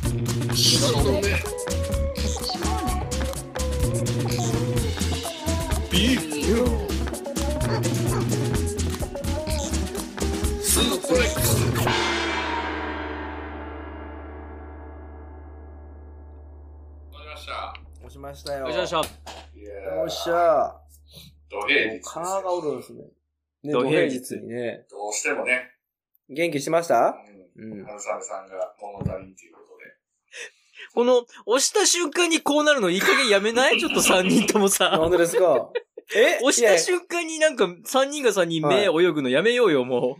そうね。ビーフスープレックスわかりました押しましたよ。おじゃましよょいやっしゃ。土平日ですカーがおるんですね。ね、土土平平日日にね。どうしてもね、元気してましうたん、うん。春雨さんが物足りんということで。この、押した瞬間にこうなるのいい加減やめ ないちょっと3人ともさ。本当です かえ押したい瞬間になんか3人が3人目泳ぐのやめようよ、も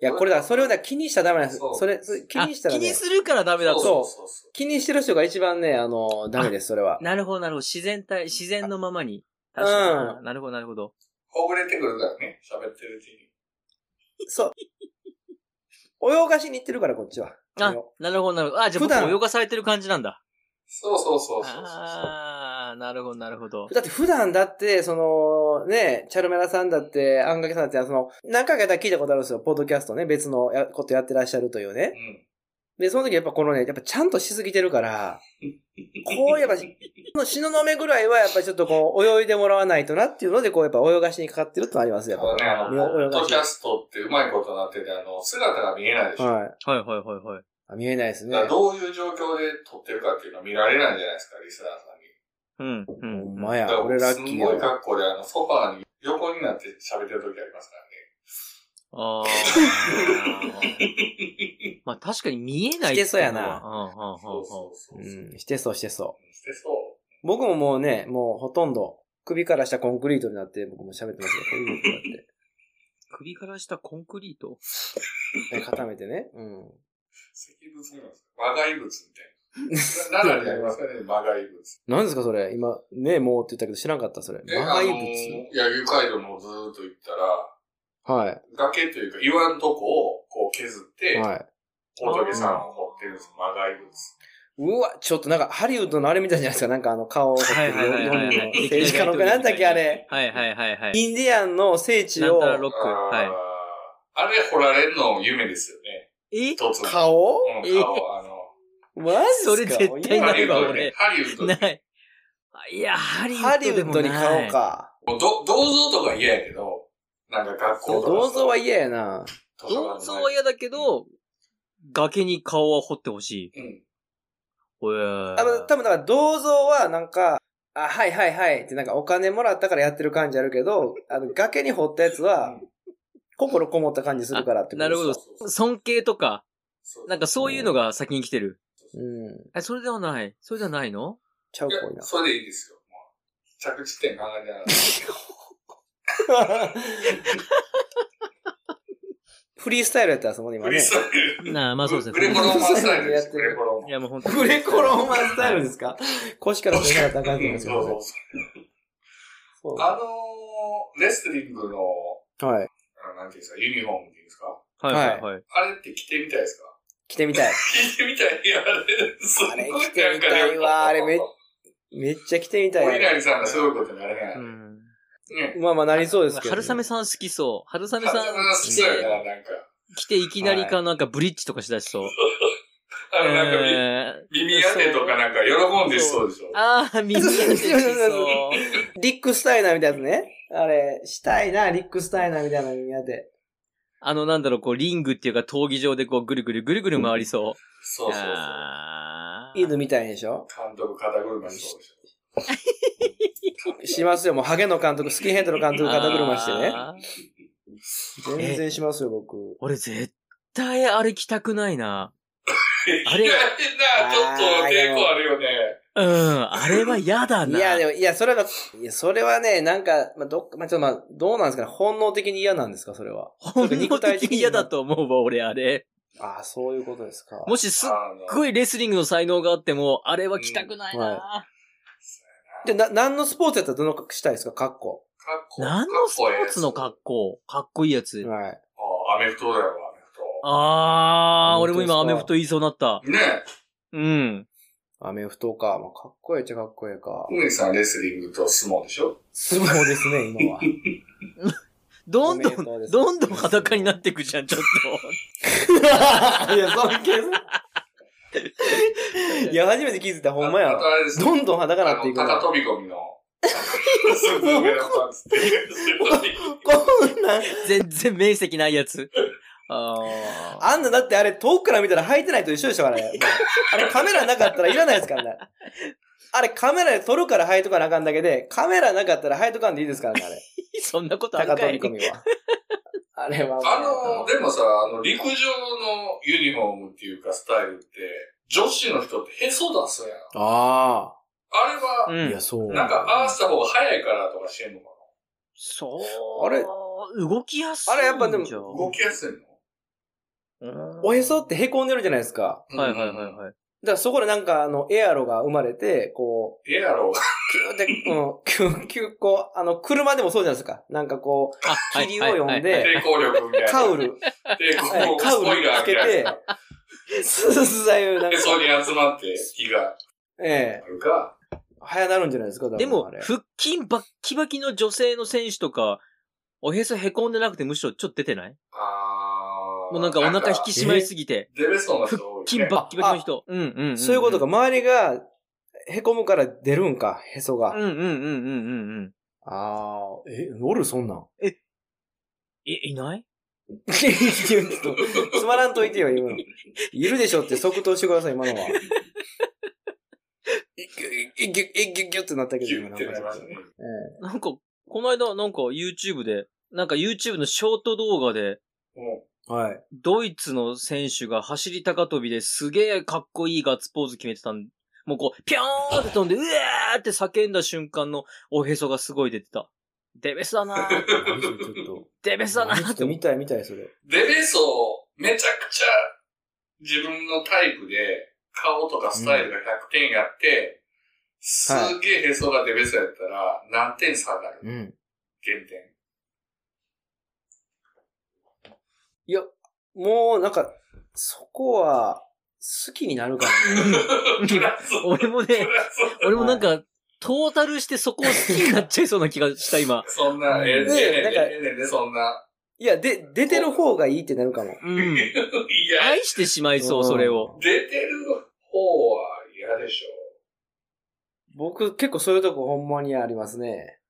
や、いやこれだ、それをだ、気にしたらダメなんです。そうそれ、それう。気にしたらあ気ねに。するからダメだと。そうそうそう気にしてる人が一番ね、あの、ダメです、それは。なるほど、なるほど。自然体、自然のままに。あ確かにうなるほど、なるほど。ほぐれてくるからね、喋ってるうちに。そう。泳がしに行ってるから、こっちは。あ、なるほど、なるほど。あ、じゃあ普段僕泳がされてる感じなんだ。そうそうそうそうそうそう。ああ、なるほど、なるほど。だって普段だって、その、ね、チャルメラさんだって、あんかけさんだって、その、何回かだけ聞いたことあるんですよ、ポッドキャストね、別のやことやってらっしゃるというねう。ん。で、その時やっぱこのね、やっぱちゃんとしすぎてるから、こうやっぱ、この東雲ぐらいはやっぱりちょっとこう、泳いでもらわないとなっていうので、こうやっぱ泳がしにかかってるってのありますよ、そうやっだぱ。ね、あ泳ポッがドしキ。ャストってうまいことになってて、あの、姿が見えないでしょ。はいはいはいはいはい。あ。見えないですねだか。らどういう状況で撮ってるかっていうのは見られないじゃないですか、リスナーさんに。うん、うほんん。まや、だからこれ僕ラすッキんーごいやわ。格好で、あの、ソファーに横になって喋ってる時ありますからね。 ああ。まあ確かに見えないしてそうやなうんうんうんうんそううそう。ん、してそうしてそう。してそう。僕ももうね、もうほとんど、首から下コンクリートになって、僕も喋ってますよ、こういうことだって。首からしたコンクリートえ固めて ね。うん。 石仏なんですか魔外物みたいな。な奈良にありますかね、魔外物。何ですかそれ今、ね、もうって言ったけど知らんかった、それ。え、魔あの界ー物、野球街道のずーっと行ったら、はい。崖というか岩のとこをこう削って、はい。仏さんを掘ってるんですよ、魔外物。うわ、ちょっとなんか、ハリウッドのあれみたいじゃないですか。なんかあの、顔を彫ってるはいはいはい はい4人の政治家の子、なんだっけ、あれ。はいはいはいはい。インディアンの聖地なんをた、らロック。あはーあれ掘られるの夢ですよね。い。え一つの。顔うん、顔、あの、マジっすかそれ絶対おなハいリウッわド俺で、ハリウッドで。ない。あいや、ハリウハリッドウでッもドない。に顔か。もうど銅像とか嫌やけど、なんか学校とか銅像は嫌やな。図書館の銅像は嫌だけど、崖に顔は掘ってほしい。うん。えーあの、多分だから銅像はなんか、あ、はいはいはいってなんかお金もらったからやってる感じあるけど、あの、崖に掘ったやつは、心こもった感じするからってことなるほですど。尊敬とか、なんかそういうのが先に来てる。かうん。え、それではない。それではないのちゃういやこい、な。それでいいですよ。もう着地点考えながら。 フリースタイルやったらそこで今フリねー。ス タイル。なあ、まあそうですね。グレコローマンスタイルです。ググレレココローマンい。やもう本当に。グレコローマンスタイルですか腰から出なかったらあかんってことうんですそうそうよそそうう。あのー、レスリングの、はい。あなんていうんですか、ユニフォームっていうんですかはいはいはい。あれって着てみたいです か着てみたい。着てみたいや あれ、すあれ着てみたいわあれめっめっちゃ着てみたおいな。稲荷さんがそういうことになれない。うね。ん。まあまあなりそうですけどね。春雨さん好きそう。春雨さん好来きだて、よな、なんか。来ていきなりかなんかブリッジとかしだしそう。あれなんかみ、えー耳当てとかなんか喜んでしそうでしょ。ああ、耳当てしそう。リックスタイナーみたいなやつね。あれ、したいな、リックスタイナーみたいな耳当て。あの、なんだろう、こう、リングっていうか、闘技場でこう、ぐるぐるぐるぐる回りそう。そうそうそう。あー犬みたいでしょ監督肩車しそうでしょ。しますよ、もうハゲの監督、スキンヘッドの監督肩車してね。あー全然しますよ、僕。俺、絶対あれ着たくないな。あれいやな、ちょっと抵抗あるよね。うん、あれは嫌だいな。や、でも、いや、それは、いや、それはね、なんか、まあ、どっか、まあ、ちょっとまあ、どうなんですかね、本能的に嫌なんですか、それは。本能的に嫌だと思うわ、俺、あれ。ああ、そういうことですか。もしすっあのごいレスリングの才能があっても、あれは着たくないうんな。で、な、何のスポーツやったらどの格好したいですか、格好。かっこ何のスポーツのこ格好かっこいいやつ。はい。ああ、アメフトだよ、アメフあー、本俺当もですか今アメフト言いそうになった。ト。ねうん。アメフトか。まあ、かっこいいっちゃかっこいいか。え、うねさんレスリングと相撲でしょ相撲ですね、今は。どんどおめでとうでん、すどん どん裸になっていくじゃん、ちょっと。いや、尊敬する。 いや、初めて気づいた、ほんまやああとあれですねどんどん裸あなっていの、くな高飛び込みの。スズメだったんですってこんなん、全然面積ないやつ。ああ。あんなだってあれ遠くから見たら履いてないと一緒でしたか らね。あれカメラなかったらいらないですからね。あれカメラで撮るから履いとかなあかんだけで、カメラなかったら履いとかんでいいですからね、あれ。そんなことある高か飛びい込 みは。あれはもう。 あの、でもさ、あの、陸上のユニフォームっていうかスタイルって、女子の人ってへそ出すやん。ああれは、うあ。いんや、。そう。なんか、ああした方が早いからとかしてんのかそう。あれ動きやすいんじゃん。あれやっぱでもな動きやすいのうんおへそって凹んでるじゃないですか。はいはいはいはい。だからそこでなんか、あの、エアロが生まれて、こう、い。ええやろうが。キューって、うん、キュー、キュー、こう、あの、車でもそうじゃないですか。なんかこう、あ、はい霧を読んではいはい抵抗力みたいな。カウル、抵抗はい力、カウスポイルラーつみけたいてな。、スースだいう、なんへか、そに集まって、火がええあるか。早なるんじゃないですか、多分でもあ、れ腹筋バッキバキの女性の選手とか、おへそへこんでなくてむしろちょっと出てないあーもうなんかお腹引き締まりすぎて、デベソンの人多い、ね。腹筋バッキバキの人。うんうんんんそういうことか、。周りが、へこむから出るんか、へそが。うんうんうんうんうんうん。ああ、え、おる、そ ん なん。え、いないちょっとつまらんといてよ、今の。いるでしょって即答してください、今のは。いぎゅ、いぎゅ、いぎゅ、ぎゅってなったけど、ギュ今ッなんてか。なりましたね。えなんか、この間なんか YouTube で、なんか YouTube のショート動画で、もえはい。ドイツの選手が走り高跳びですげえかっこいいガッツポーズ決めてたんもうこう、ぴょーんって飛んで、うわーって叫んだ瞬間のおへそがすごい出てた。デベスだなーちょっと。デベスだなちょーっってと思っ見たい、見たい、それ。う、デベソン、めちゃくちゃ、自分のタイプで、顔とかスタイルが100点やって、すっげえへそがデベソンやったら、何点下がるうん。減点。いや、もう、なんか、そこは、好きになるかプラス。た。俺もねプ、ラス俺もなんか、トータルしてそこを好きになっちゃいそうな気がした、今。そんな、ええねんねええねなんんかええねんね、そんな。いや、で、出てる方がいいってなるかも。うん。いや、愛してしまいそう、それを。出てる方は嫌でしょ。僕、結構そういうとこほんまにありますね。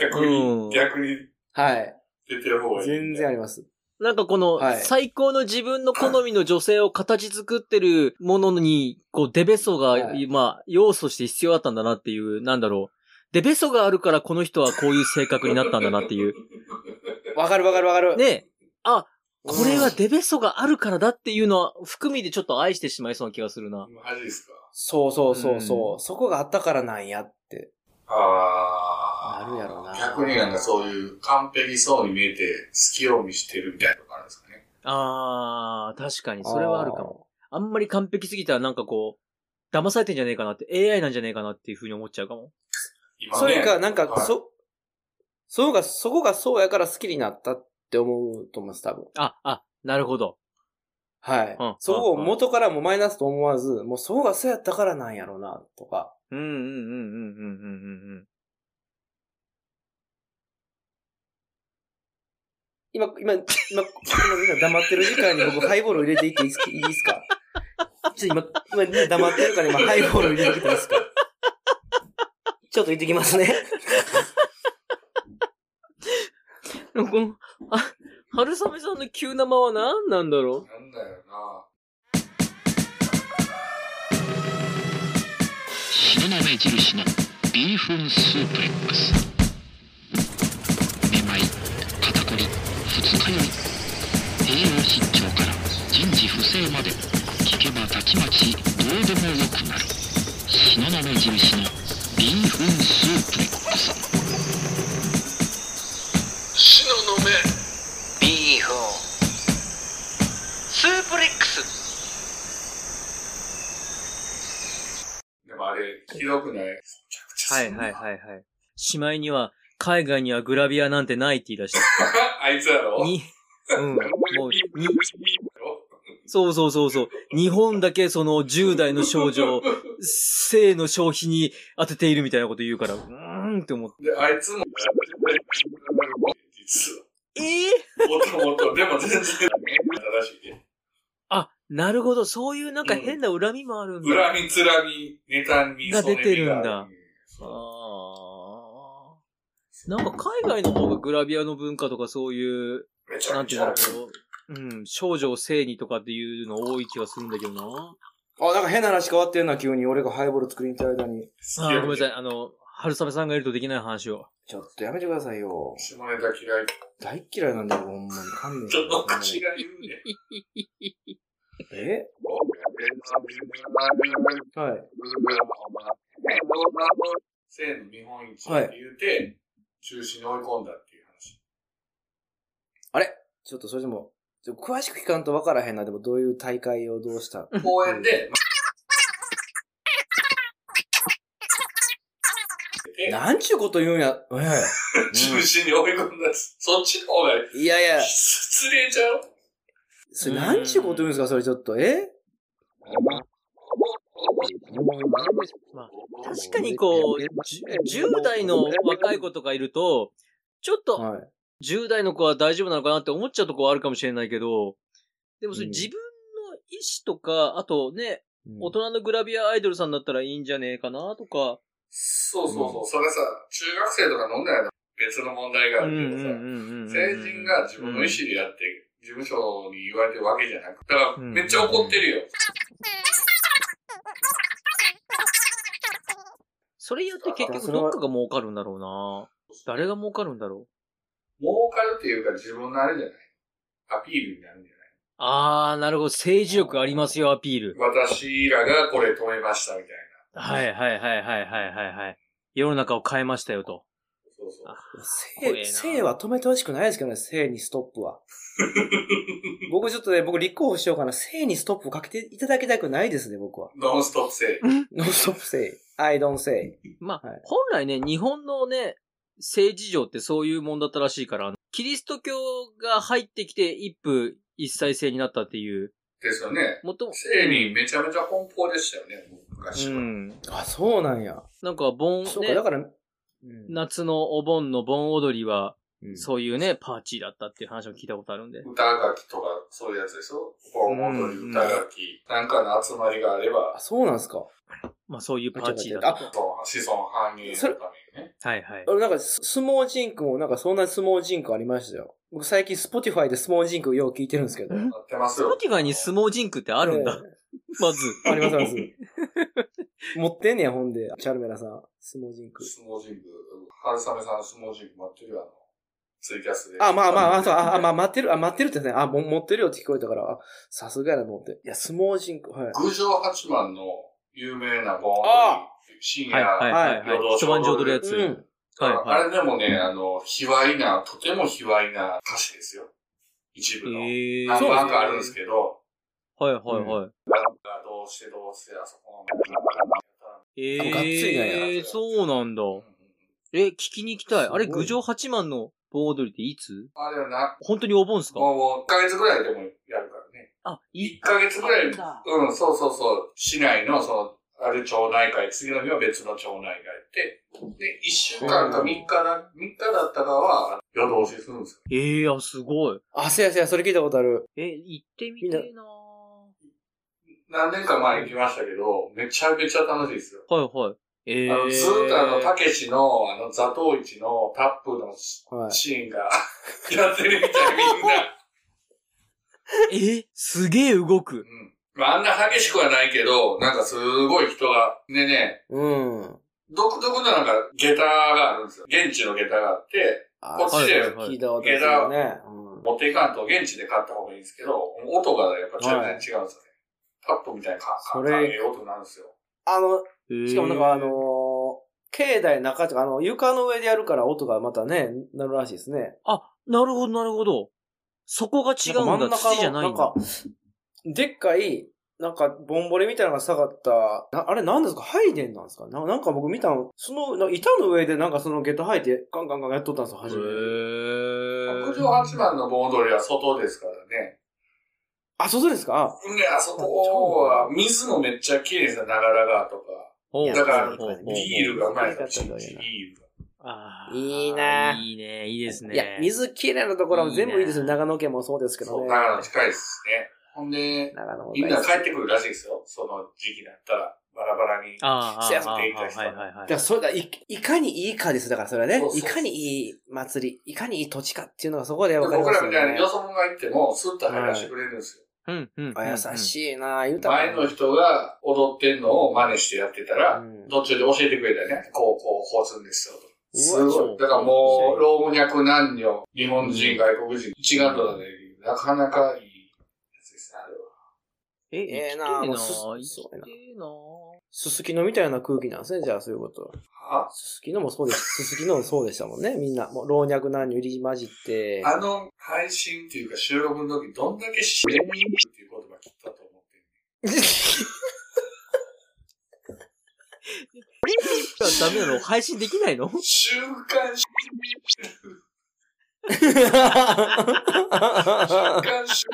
逆に、うん逆にはい。出てる方がいい。全然あります。なんかこのはい、最高の自分の好みの女性を形作ってるものに、こう、デベソがは、いまあ、要素として必要だったんだなっていう、なんだろう。デベソがあるからこの人はこういう性格になったんだなって いう。わかるわかるわかる。ねえ、これはうんデベソがあるからだっていうのは、含みでちょっと愛してしまいそうな気がするな。マジですかそうそうそうそう。そこがあったからなんやって。ああるやろうなあ。逆になんかそういう完璧そうに見えて、隙を見してるみたいなとこあるんですかね。あー、確かに、それはあるかも。も。あんまり完璧すぎたらなんかこう、騙されてんじゃねえかなって、AI なんじゃねえかなっていうふうに思っちゃうかも。今ね。それか、なんか、はいそ、そうが、そこがそうやから好きになったって思うと思います、多分。あ、あ、なるほど。はい。うんそこを元からもマイナスと思わず、もうそうがそうやったからなんやろうな、とか。うんうんうんうんうんうんうんうん。今、今、今、 今みんな黙ってる時間に僕ハイボール入れていっていいですかいいですかちょっと今、今みんな黙ってるから今ハイボール入れてきていいですかちょっと行ってきますね。でもこの、あ、春雨さんの急な間は何なんだろなんだよな。東雲印のビーフンスープレックスめまい肩こり二日酔い栄養失調から人事不正まで聞けばたちまちどうでもよくなる東雲印のビーフンスープレックス東雲ビーフンスープレックスでもあれ、ひどくないめちゃくちうゃはすいんなはいはいはい。しまいには、海外にはグラビアなんてないって言い出した。 あいつやろに、うん、もう、に、よそうそうそうそう。日本だけその10代の少女を、性の消費に当てているみたいなこと言うから、うーんって思って。で、あい つも、実は。ええもともと、でも全然、正しいで。あ、なるほど。そういうなんか変な恨みもあるんだ。恨みつらみ、妬み、が出てるんだそねみがある。あーなんか海外の方がグラビアの文化とかそういう、めちなゃんくていちうんだゃろ。う。うん、少女を性にとかっていうの多い気がするんだけどな。あ、なんか変な話変わってるな、急に。俺がハイボール作りに行った間に。あーごめんなさい。い。あの、春雨さんがいるとできない話を。ちょっとやめてくださいよ。下ネタ嫌い。大っ嫌いなんだよ、ほんまに。勘弁し ちてょっほとんまに口が言うね。えはい。生の日本一はいって言うて、中止に追い込んだっていう話。ちょっとそれでも、ちょ詳しく聞かんとわからへんな。でもどういう大会をどうした。公園で、まなんちゅうこと言うんや。ええ中止に追い込んだやつ。そっちの方がいやいや、失礼ちゃうそれなんちゅうこと言うんですか、それちょっと。え確かにこう、じゅ10代の若い子とかいると、ちょっとはい。 10代の子は大丈夫なのかなって思っちゃうとこはあるかもしれないけど、でもそれうん自分の意思とか、あとね、大人のグラビアアイドルさんだったらいいんじゃねえかなとか、そうそうそう。それさ、中学生とか飲んだら別の問題があるけどさ、成人が自分の意思でやって、事務所に言われてるわけじゃなくだから、めっちゃ怒ってるよ。それやって結局どっかが儲かるんだろうな誰が儲かるんだろう儲かるっていうか自分のあれじゃないアピールになるんじゃないあー、なるほど。政治力ありますよ、アピール。私らがこれ止めましたみたいな。はいはいはいはいはいはいはい。世の中を変えましたよと。そうそう。あ怖え性、な性は止めてほしくないですけどね、性にストッ プは。僕ちょっとね、僕立候補しようかな。性にストップをかけていただきたくないですね、僕は。ノンストップ制御。ノンストップ性。I don't say. まあ、はい本来ね、日本のね、政治上ってそういうもんだったらしいから、あのキリスト教が入ってきて一夫一妻制になったっていう、ですよね。もっとも、生理めちゃめちゃ奔放でしたよね、昔うは。ん。あ、そうなんや。なんか、盆、そうか、ねだ、から、うん夏のお盆の盆踊りは、うんそういうね、パーチーだったっていう話を聞いたことあるんで。歌楽器とか、そういうやつでしょ盆踊うり、ん歌楽器、なんかの集まりがあればあ、、そうなんすか。まあ、そういうパーチーだったと。そう子孫繁栄のためにね。はいはい。俺なんか、す相撲ジンクも、なんかそんな相撲ジンクありましたよ。僕最近 Spotify で相撲ジンクよう聞いてるんですけど。んなってますスポよ。ティファイに相撲ジンクってあるんだ。まず。ええ。ありますあります。持ってんねや、ほんで。チャルメラさん。相撲ジンク。相撲人部、春雨さんの相撲人部待ってるよ、あの、ツイキャスで。あ、まあまあ、あ、そう、あ、あまあ、待ってる、あ、待ってるってね、あ、も持ってるよって聞こえたから、あ、さすがやなと思って。いや、相撲人、はい。郡上八幡の有名な盆踊あり、深はいは夜、いははいいはい。一晩上踊るやつ。うん。はいはい。あれでもね、あの、卑猥な、とても卑猥な歌詞ですよ。一部の。ええ何番かあるんですけど、はいはいはい。どうしてどうしてあそこのうえあがっつりなんやえそうなんだ。んえ、聞きに行きたい。すごあいれ、郡上八幡の盆踊りっていつあれはな、本当にお盆っすかもうもう1ヶ月ぐらいでもやるからね。あ、 1ヶ月ぐらい、うん、そうそうそう、市内の、その、ある町内会、次の日は別の町内会って、で、1週間か3日だ、3日だったかは、夜通しするんですよ。ええあ、すごい。あ、せやせや、それ聞いたことある。え、行ってみてえな何年か前に来ましたけど、めちゃめちゃ楽しいですよ。はいはい。ええあの、ずーっとあの、たけしの、あの、座頭市のタップのシはい。シーン が、やってるみたい、みんな。え、すげえ動うく。ん。まあ、あんな激しくはないけど、なんかすごい人が、でね、うん。独特のなんか、下駄があるんですよ。現地の下駄があって、あこっちでそう聞いたことあるよね。うん持っていかんと現地で買った方がいいんですけど、音がやっぱ全然違うんですよね。タップみたいなカンカンカそンれええ音なんですよ。あの、ええしかもなんかあのー、境内中とか、あの、床の上でやるから音がまたね、なるらしいですね。あ、なるほどなるほど。そこが違うんだ。土じゃないなんんだか。、でっかい、なんか、ボンボレみたいなのが下がった、なあれなんですかハイデンなんですかななんか僕見たの、その、な板の上でなんかその下駄履いて、ガンガンガンやっとったんですよ、へ初めて。六え条八番の盆踊りは外ですからね。あ、そうですかで、あそこは、水もめっちゃ綺麗ですよ、長良川とか。ほうだからほうほうほうビールがうまいですよ、チそうビそうールが。あーいいなぁいいね、いいですね。いや、水きれいなところも全部いいですよ。いいな長野県もそうですけそどう、ね。長野近いですね。ほんで、長野もみん大な好き。帰ってくるらしいですよ。その時期になったら、バラバラに。ああ、あせやっあ、ああ、てはい言いたい人はいはだかい。らそれがい、いかにいいかです。だからそれはねそうそういかにいい祭り、いかにいい土地かっていうのがそこで分かり僕ますらよみねたいなよそ者が行っても、スッと入らせてくれるんですよ。うん、うん。あ優い。しいなぁ、言うたら前の人が踊ってんのを真似してやってたら、うん途中で教えてくれたね。こう、こう、こうするんですよ。すうごわい。だからもう、老若男女、日本人、外国人、一丸となってなかなかいいやつですね、あれは。え、ええええななぁぁ。もう生すきてえなぁ。すすきのみたいな空気なんですね、じゃあそういうこと。あすすきのもそうです。すすきのもそうでしたもん ね、みんな。もう老若男女入り混じって。 あの配信っていうか収録の時、どんだけしっていう言葉切ったと思ってる。ダメなの配信できないの瞬間し、瞬間し、視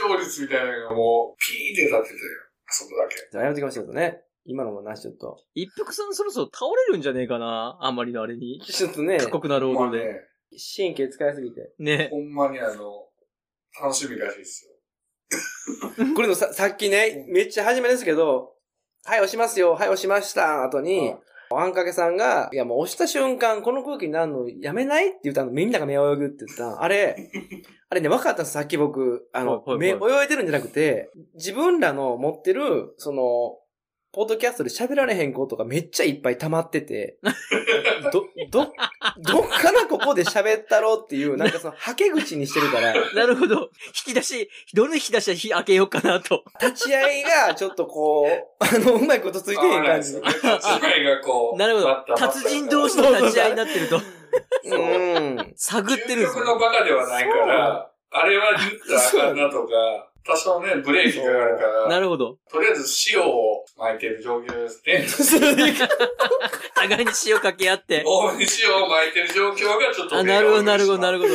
聴率みたいなのがもう、ピーで立ってたよ。あそこだけ。やめてきましたけどね。今のもなし、ちょっと。一服さんそろそろ倒れるんじゃねえかなあんまりのあれに。ちょっとね、過酷な労ほんま働で。ね、神経使いすぎて。ね。ほんまにあの、楽しみらしいですよ。これのさ、さっきね、めっちゃ初めですけど、はい、押しますよ、はい、押しました、の後に、あんかけさんが、いやもう押した瞬間、この空気になるのやめないって言ったの、みんなが目を泳ぐって言ったの あれ、あれね、分かったんですさっき僕、あの、はいは目いは泳いでるんじゃなくて、自分らの持ってる、その、ポッドキャストで喋られへんことがめっちゃいっぱい溜まっ てて、ど、ど、どっからここで喋ったろうっていう、なんかその、はけ口にしてるから、なるほど。引き出し、どの引き出しは火開けようかなと。立ち合いが、ちょっとこう、あの、うまいことついてへん感じ。ああれですようね立ち合いがこう、なるほバッタど。バッタ達人同士の立ち合いになってると。 ん。探ってるんで究す極ねのバカではないから、あれは言ったらあかんなとか、多少ね、ブレーキかかるから、なるほど。とりあえず塩を巻いてる状況ですね。互いに塩かけ合って。大に塩を巻いてる状況がちょっと。あ、なるほど、なるほど、なるほど。ほ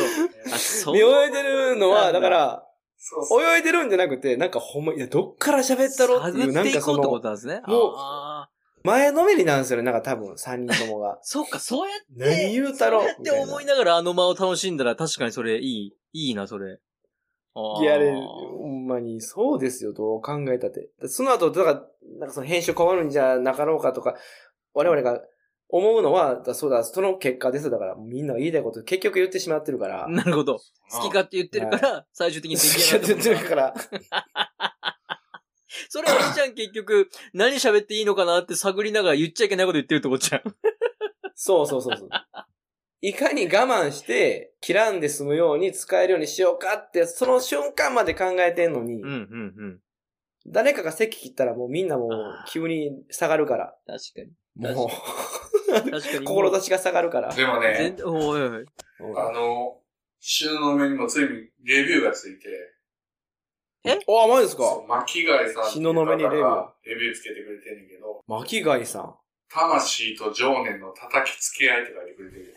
ど。あ、そう。見泳いでるのは、だから、そうそう。泳いでるんじゃなくて、なんかほんま、いや、どっから喋ったろうっていう、な探っんていかこそうってこの、となんですね。もうあー。前のめりなんですよね、なんか多分、三人ともが そうか、そうやって。何言うたろそううやって思いな。ながらあの間を楽しんだら確かにそれいい、いいな、それ。あーいや、あれ、ほんまに、そうですよ、どう考えたって。その後、だから、なんかその編集変わるんじゃなかろうかとか、我々が思うのは、だそうだ、その結果です。だから、みんなが言いたいこと、結局言ってしまってるから。 なるほど。好き勝手言ってるから、最終的に出来上がったもんだ。から。それおじちゃん結局、何喋っていいのかなって探りながら言っちゃいけないこと言ってるってことじゃん。そうそうそうそう。いかに我慢して、切らんで済むように使えるようにしようかって、その瞬間まで考えてんの に、うん、うん、うん。誰かが席切ったらもうみんなもうあー急に下がるから。確かに。も 確かに。確かう、に。志が下がるから。でもね全、然、おいおいおい。あの、収納目にもついにレビューがついて、おあ、マジですそかう巻貝さんっていう東雲にレビュー方がレビューつけてくれてんねんけど、巻貝さん。魂と情念の叩きつけ合いって書いてくれてる。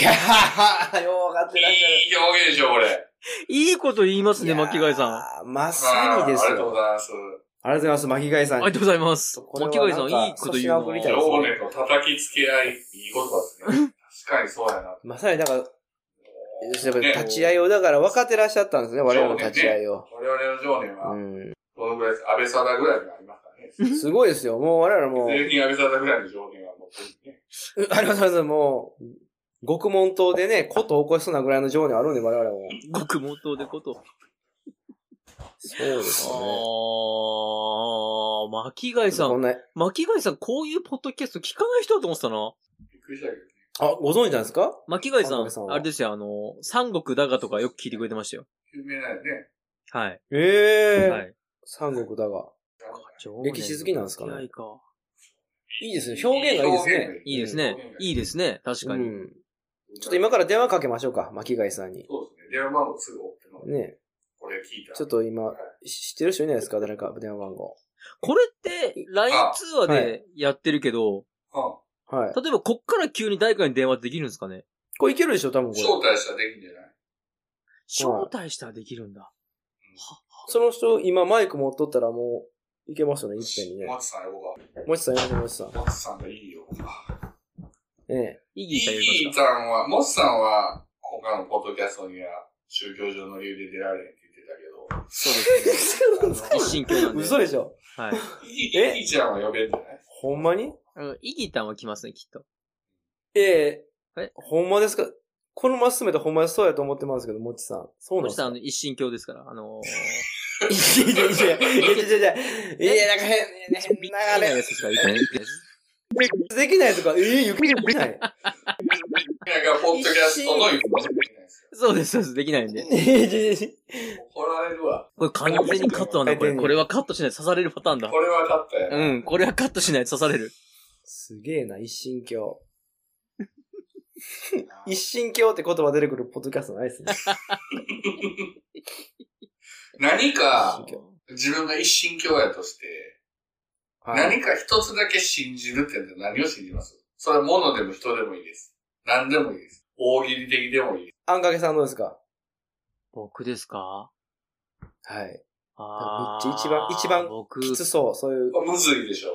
いやー、よう分かってらっしゃる。いい表現でしょ、これ。いいこと言いますね、巻貝さん。あん。まさにですあーありがとうごよ。ざいます。ありがとうございます、巻貝さんりが。とうございますこ。れは巻貝さん、なんかいいこと言う粗品送りたいですね情念の叩きつけ合い、いい言葉ですね。確かにそうやな。まさに、だから、やっぱりね立ち会いを、だから分かってらっしゃったんですね、我々の立ち会いを。我々の情念は、うん。どのぐらいです安倍サダぐらいになりますからね。すごいですよ。もう我々もう、全員安倍サダぐらいの情念は持ってるね。うんありがとうございます。もう、獄門島でね、こと起こしそうなぐらいの情念あるんで、我々も。極毛頭でこと。そうですね。あー、巻貝さこん。んな、巻貝さん、こういうポッドキャスト聞かない人だと思ってたな。びっくりしたけどね。あ、ご存知なんですか巻貝さ巻ん貝さん、はあれですよ、あの、三国だがとかよく聞いてくれてましたよ。有名だよね。はい。ええはい。三国だが。歴史好きなんですかね常連の付き合いかいいですね。表現がいいです表現がね。いいですね。いいですね。確かうに。ん。ちょっと今から電話かけましょうか。巻貝さんに。そうですね。電話番号すぐ追ってます。ね。これ聞いたら。ちょっと今はい、知ってる人いないですか誰か、電話番号。これって、LINE 通話でやってるけど、うん。はい。例えばこっから急に誰かに電話できるんですかねこれいけるでしょ多分これ。招待したらできんじゃない招待したらできるんだ。その人、今マイク持っとったらもう、いけますよね、いっぺんにね。松さん呼ぼうもちさん、よもちさん。か。松さんがいいよ。ねイギいーさんやりいますさんは、モスさんは、他のポッドキャストには宗教上の理由で出られへんって言ってたけど、ど、そうですね。 一神教なんで。嘘でしょはい。いい、えいいちゃんは呼べるんじゃないほんまにうんイギタンは来ますね、きっと。えええほんまですかこのマス目でほんまにそうやと思ってますけど、もっちさん。そうなそんでしすたら、あかの、一神教ですから、あのいやい やいやいやいやいやいやいや、なんか変、変ー、変な流れ。しかいけないです。できないとか、ええゆっくりできない。なんか、ポッドキャストの言うことできないですよ。そうです、そうです。できないん で。ええいやいやい怒られるわ。これ完全にカットなんだ、これ。これはカットしないと刺されるパター ンだ。これは勝ったよ。 うん、これはカットしないと刺される。やすげえな、一神教。一神教って言葉出てくるポッドキャストないで すね。何か一神、教自分が一神教やとして、はい何か一つだけ信じるって言ったら何を信じますそれは物でも人でもいいです。何でもいいです。大喜利的でもいいです。あんかけさんどうですか僕ですかはい。あめっちゃ一番一番僕、きつそう、そういう。むずいでしょ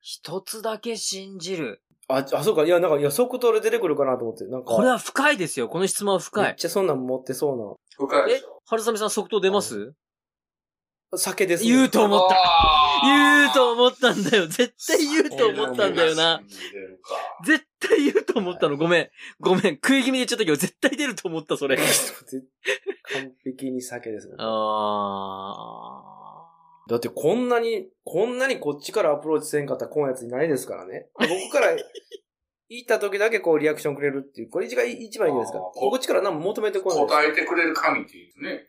一つだけ信じる。あ、あ、そうか。いや、なんか予測通り出てくるかなと思って。なんか、これは深いですよ。この質問は深めっい。ちゃそんなん持ってそう深いでえしょ、春雨さん即答出ますな。酒ですね、言うと思った。た言うと思ったんだよ。絶対言うと思ったんだよな。。信じれるか絶対言うと思ったの。ごめん。ごめん。食い気味で言っちゃったけど、絶対出ると思った、それ。絶完璧に酒ですね。あだってこんなに、こんなにこっちからアプローチせんかったら今やついないですからね。僕から言った時だけこうリアクションくれるっていう、これ一番一番いいですか。あーこっちから何も求めてこない答えてくれる神っていうんですね。ー。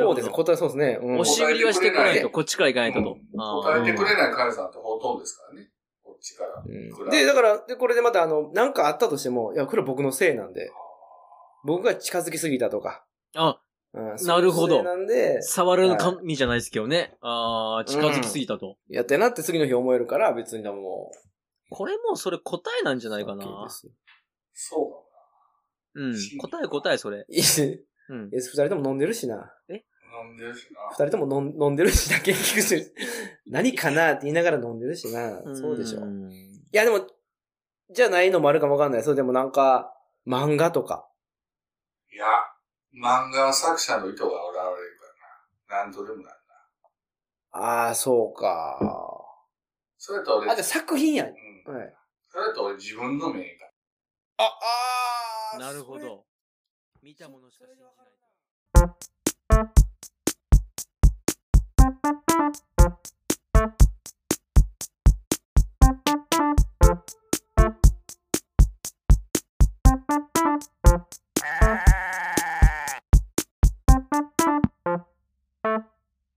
そうです、なるほど答えそうですね。うん押し売りはしてこない答えてくれなと、いこっちから行かないとと。うんあー答えてくれない神さんってほとんどですからね。こっちから。うんで、だから、で、これでまたあの、なんかあったとしても、いや、これは僕のせいなんで、僕が近づきすぎたとか。あ、うんなるほどそれなんで、触るの神じゃないですけどね。ああ、近づきすぎたと。やったなって次の日思えるから、別にもう。これもうそれ答えなんじゃないかな。 OK ですそううん。答え答え、それ。いいし、うん。二人とも飲んでるしな。かな。なんでし二な。人とも飲ん飲んでるしな、結局 し。何かなって言いながら飲んでるしな。そうでしょ。いんや、でも、じゃないのもあるかもわかんない。それでもなんか、漫画とか。いや、漫画作者の意図が現れるからな。なんとでもなるな。ああ、そうか。それと俺、あ、じゃあ作品や。はうい。ん。それと俺自分の名画。あ、あなるほ。ど。見たものしか信じない。それ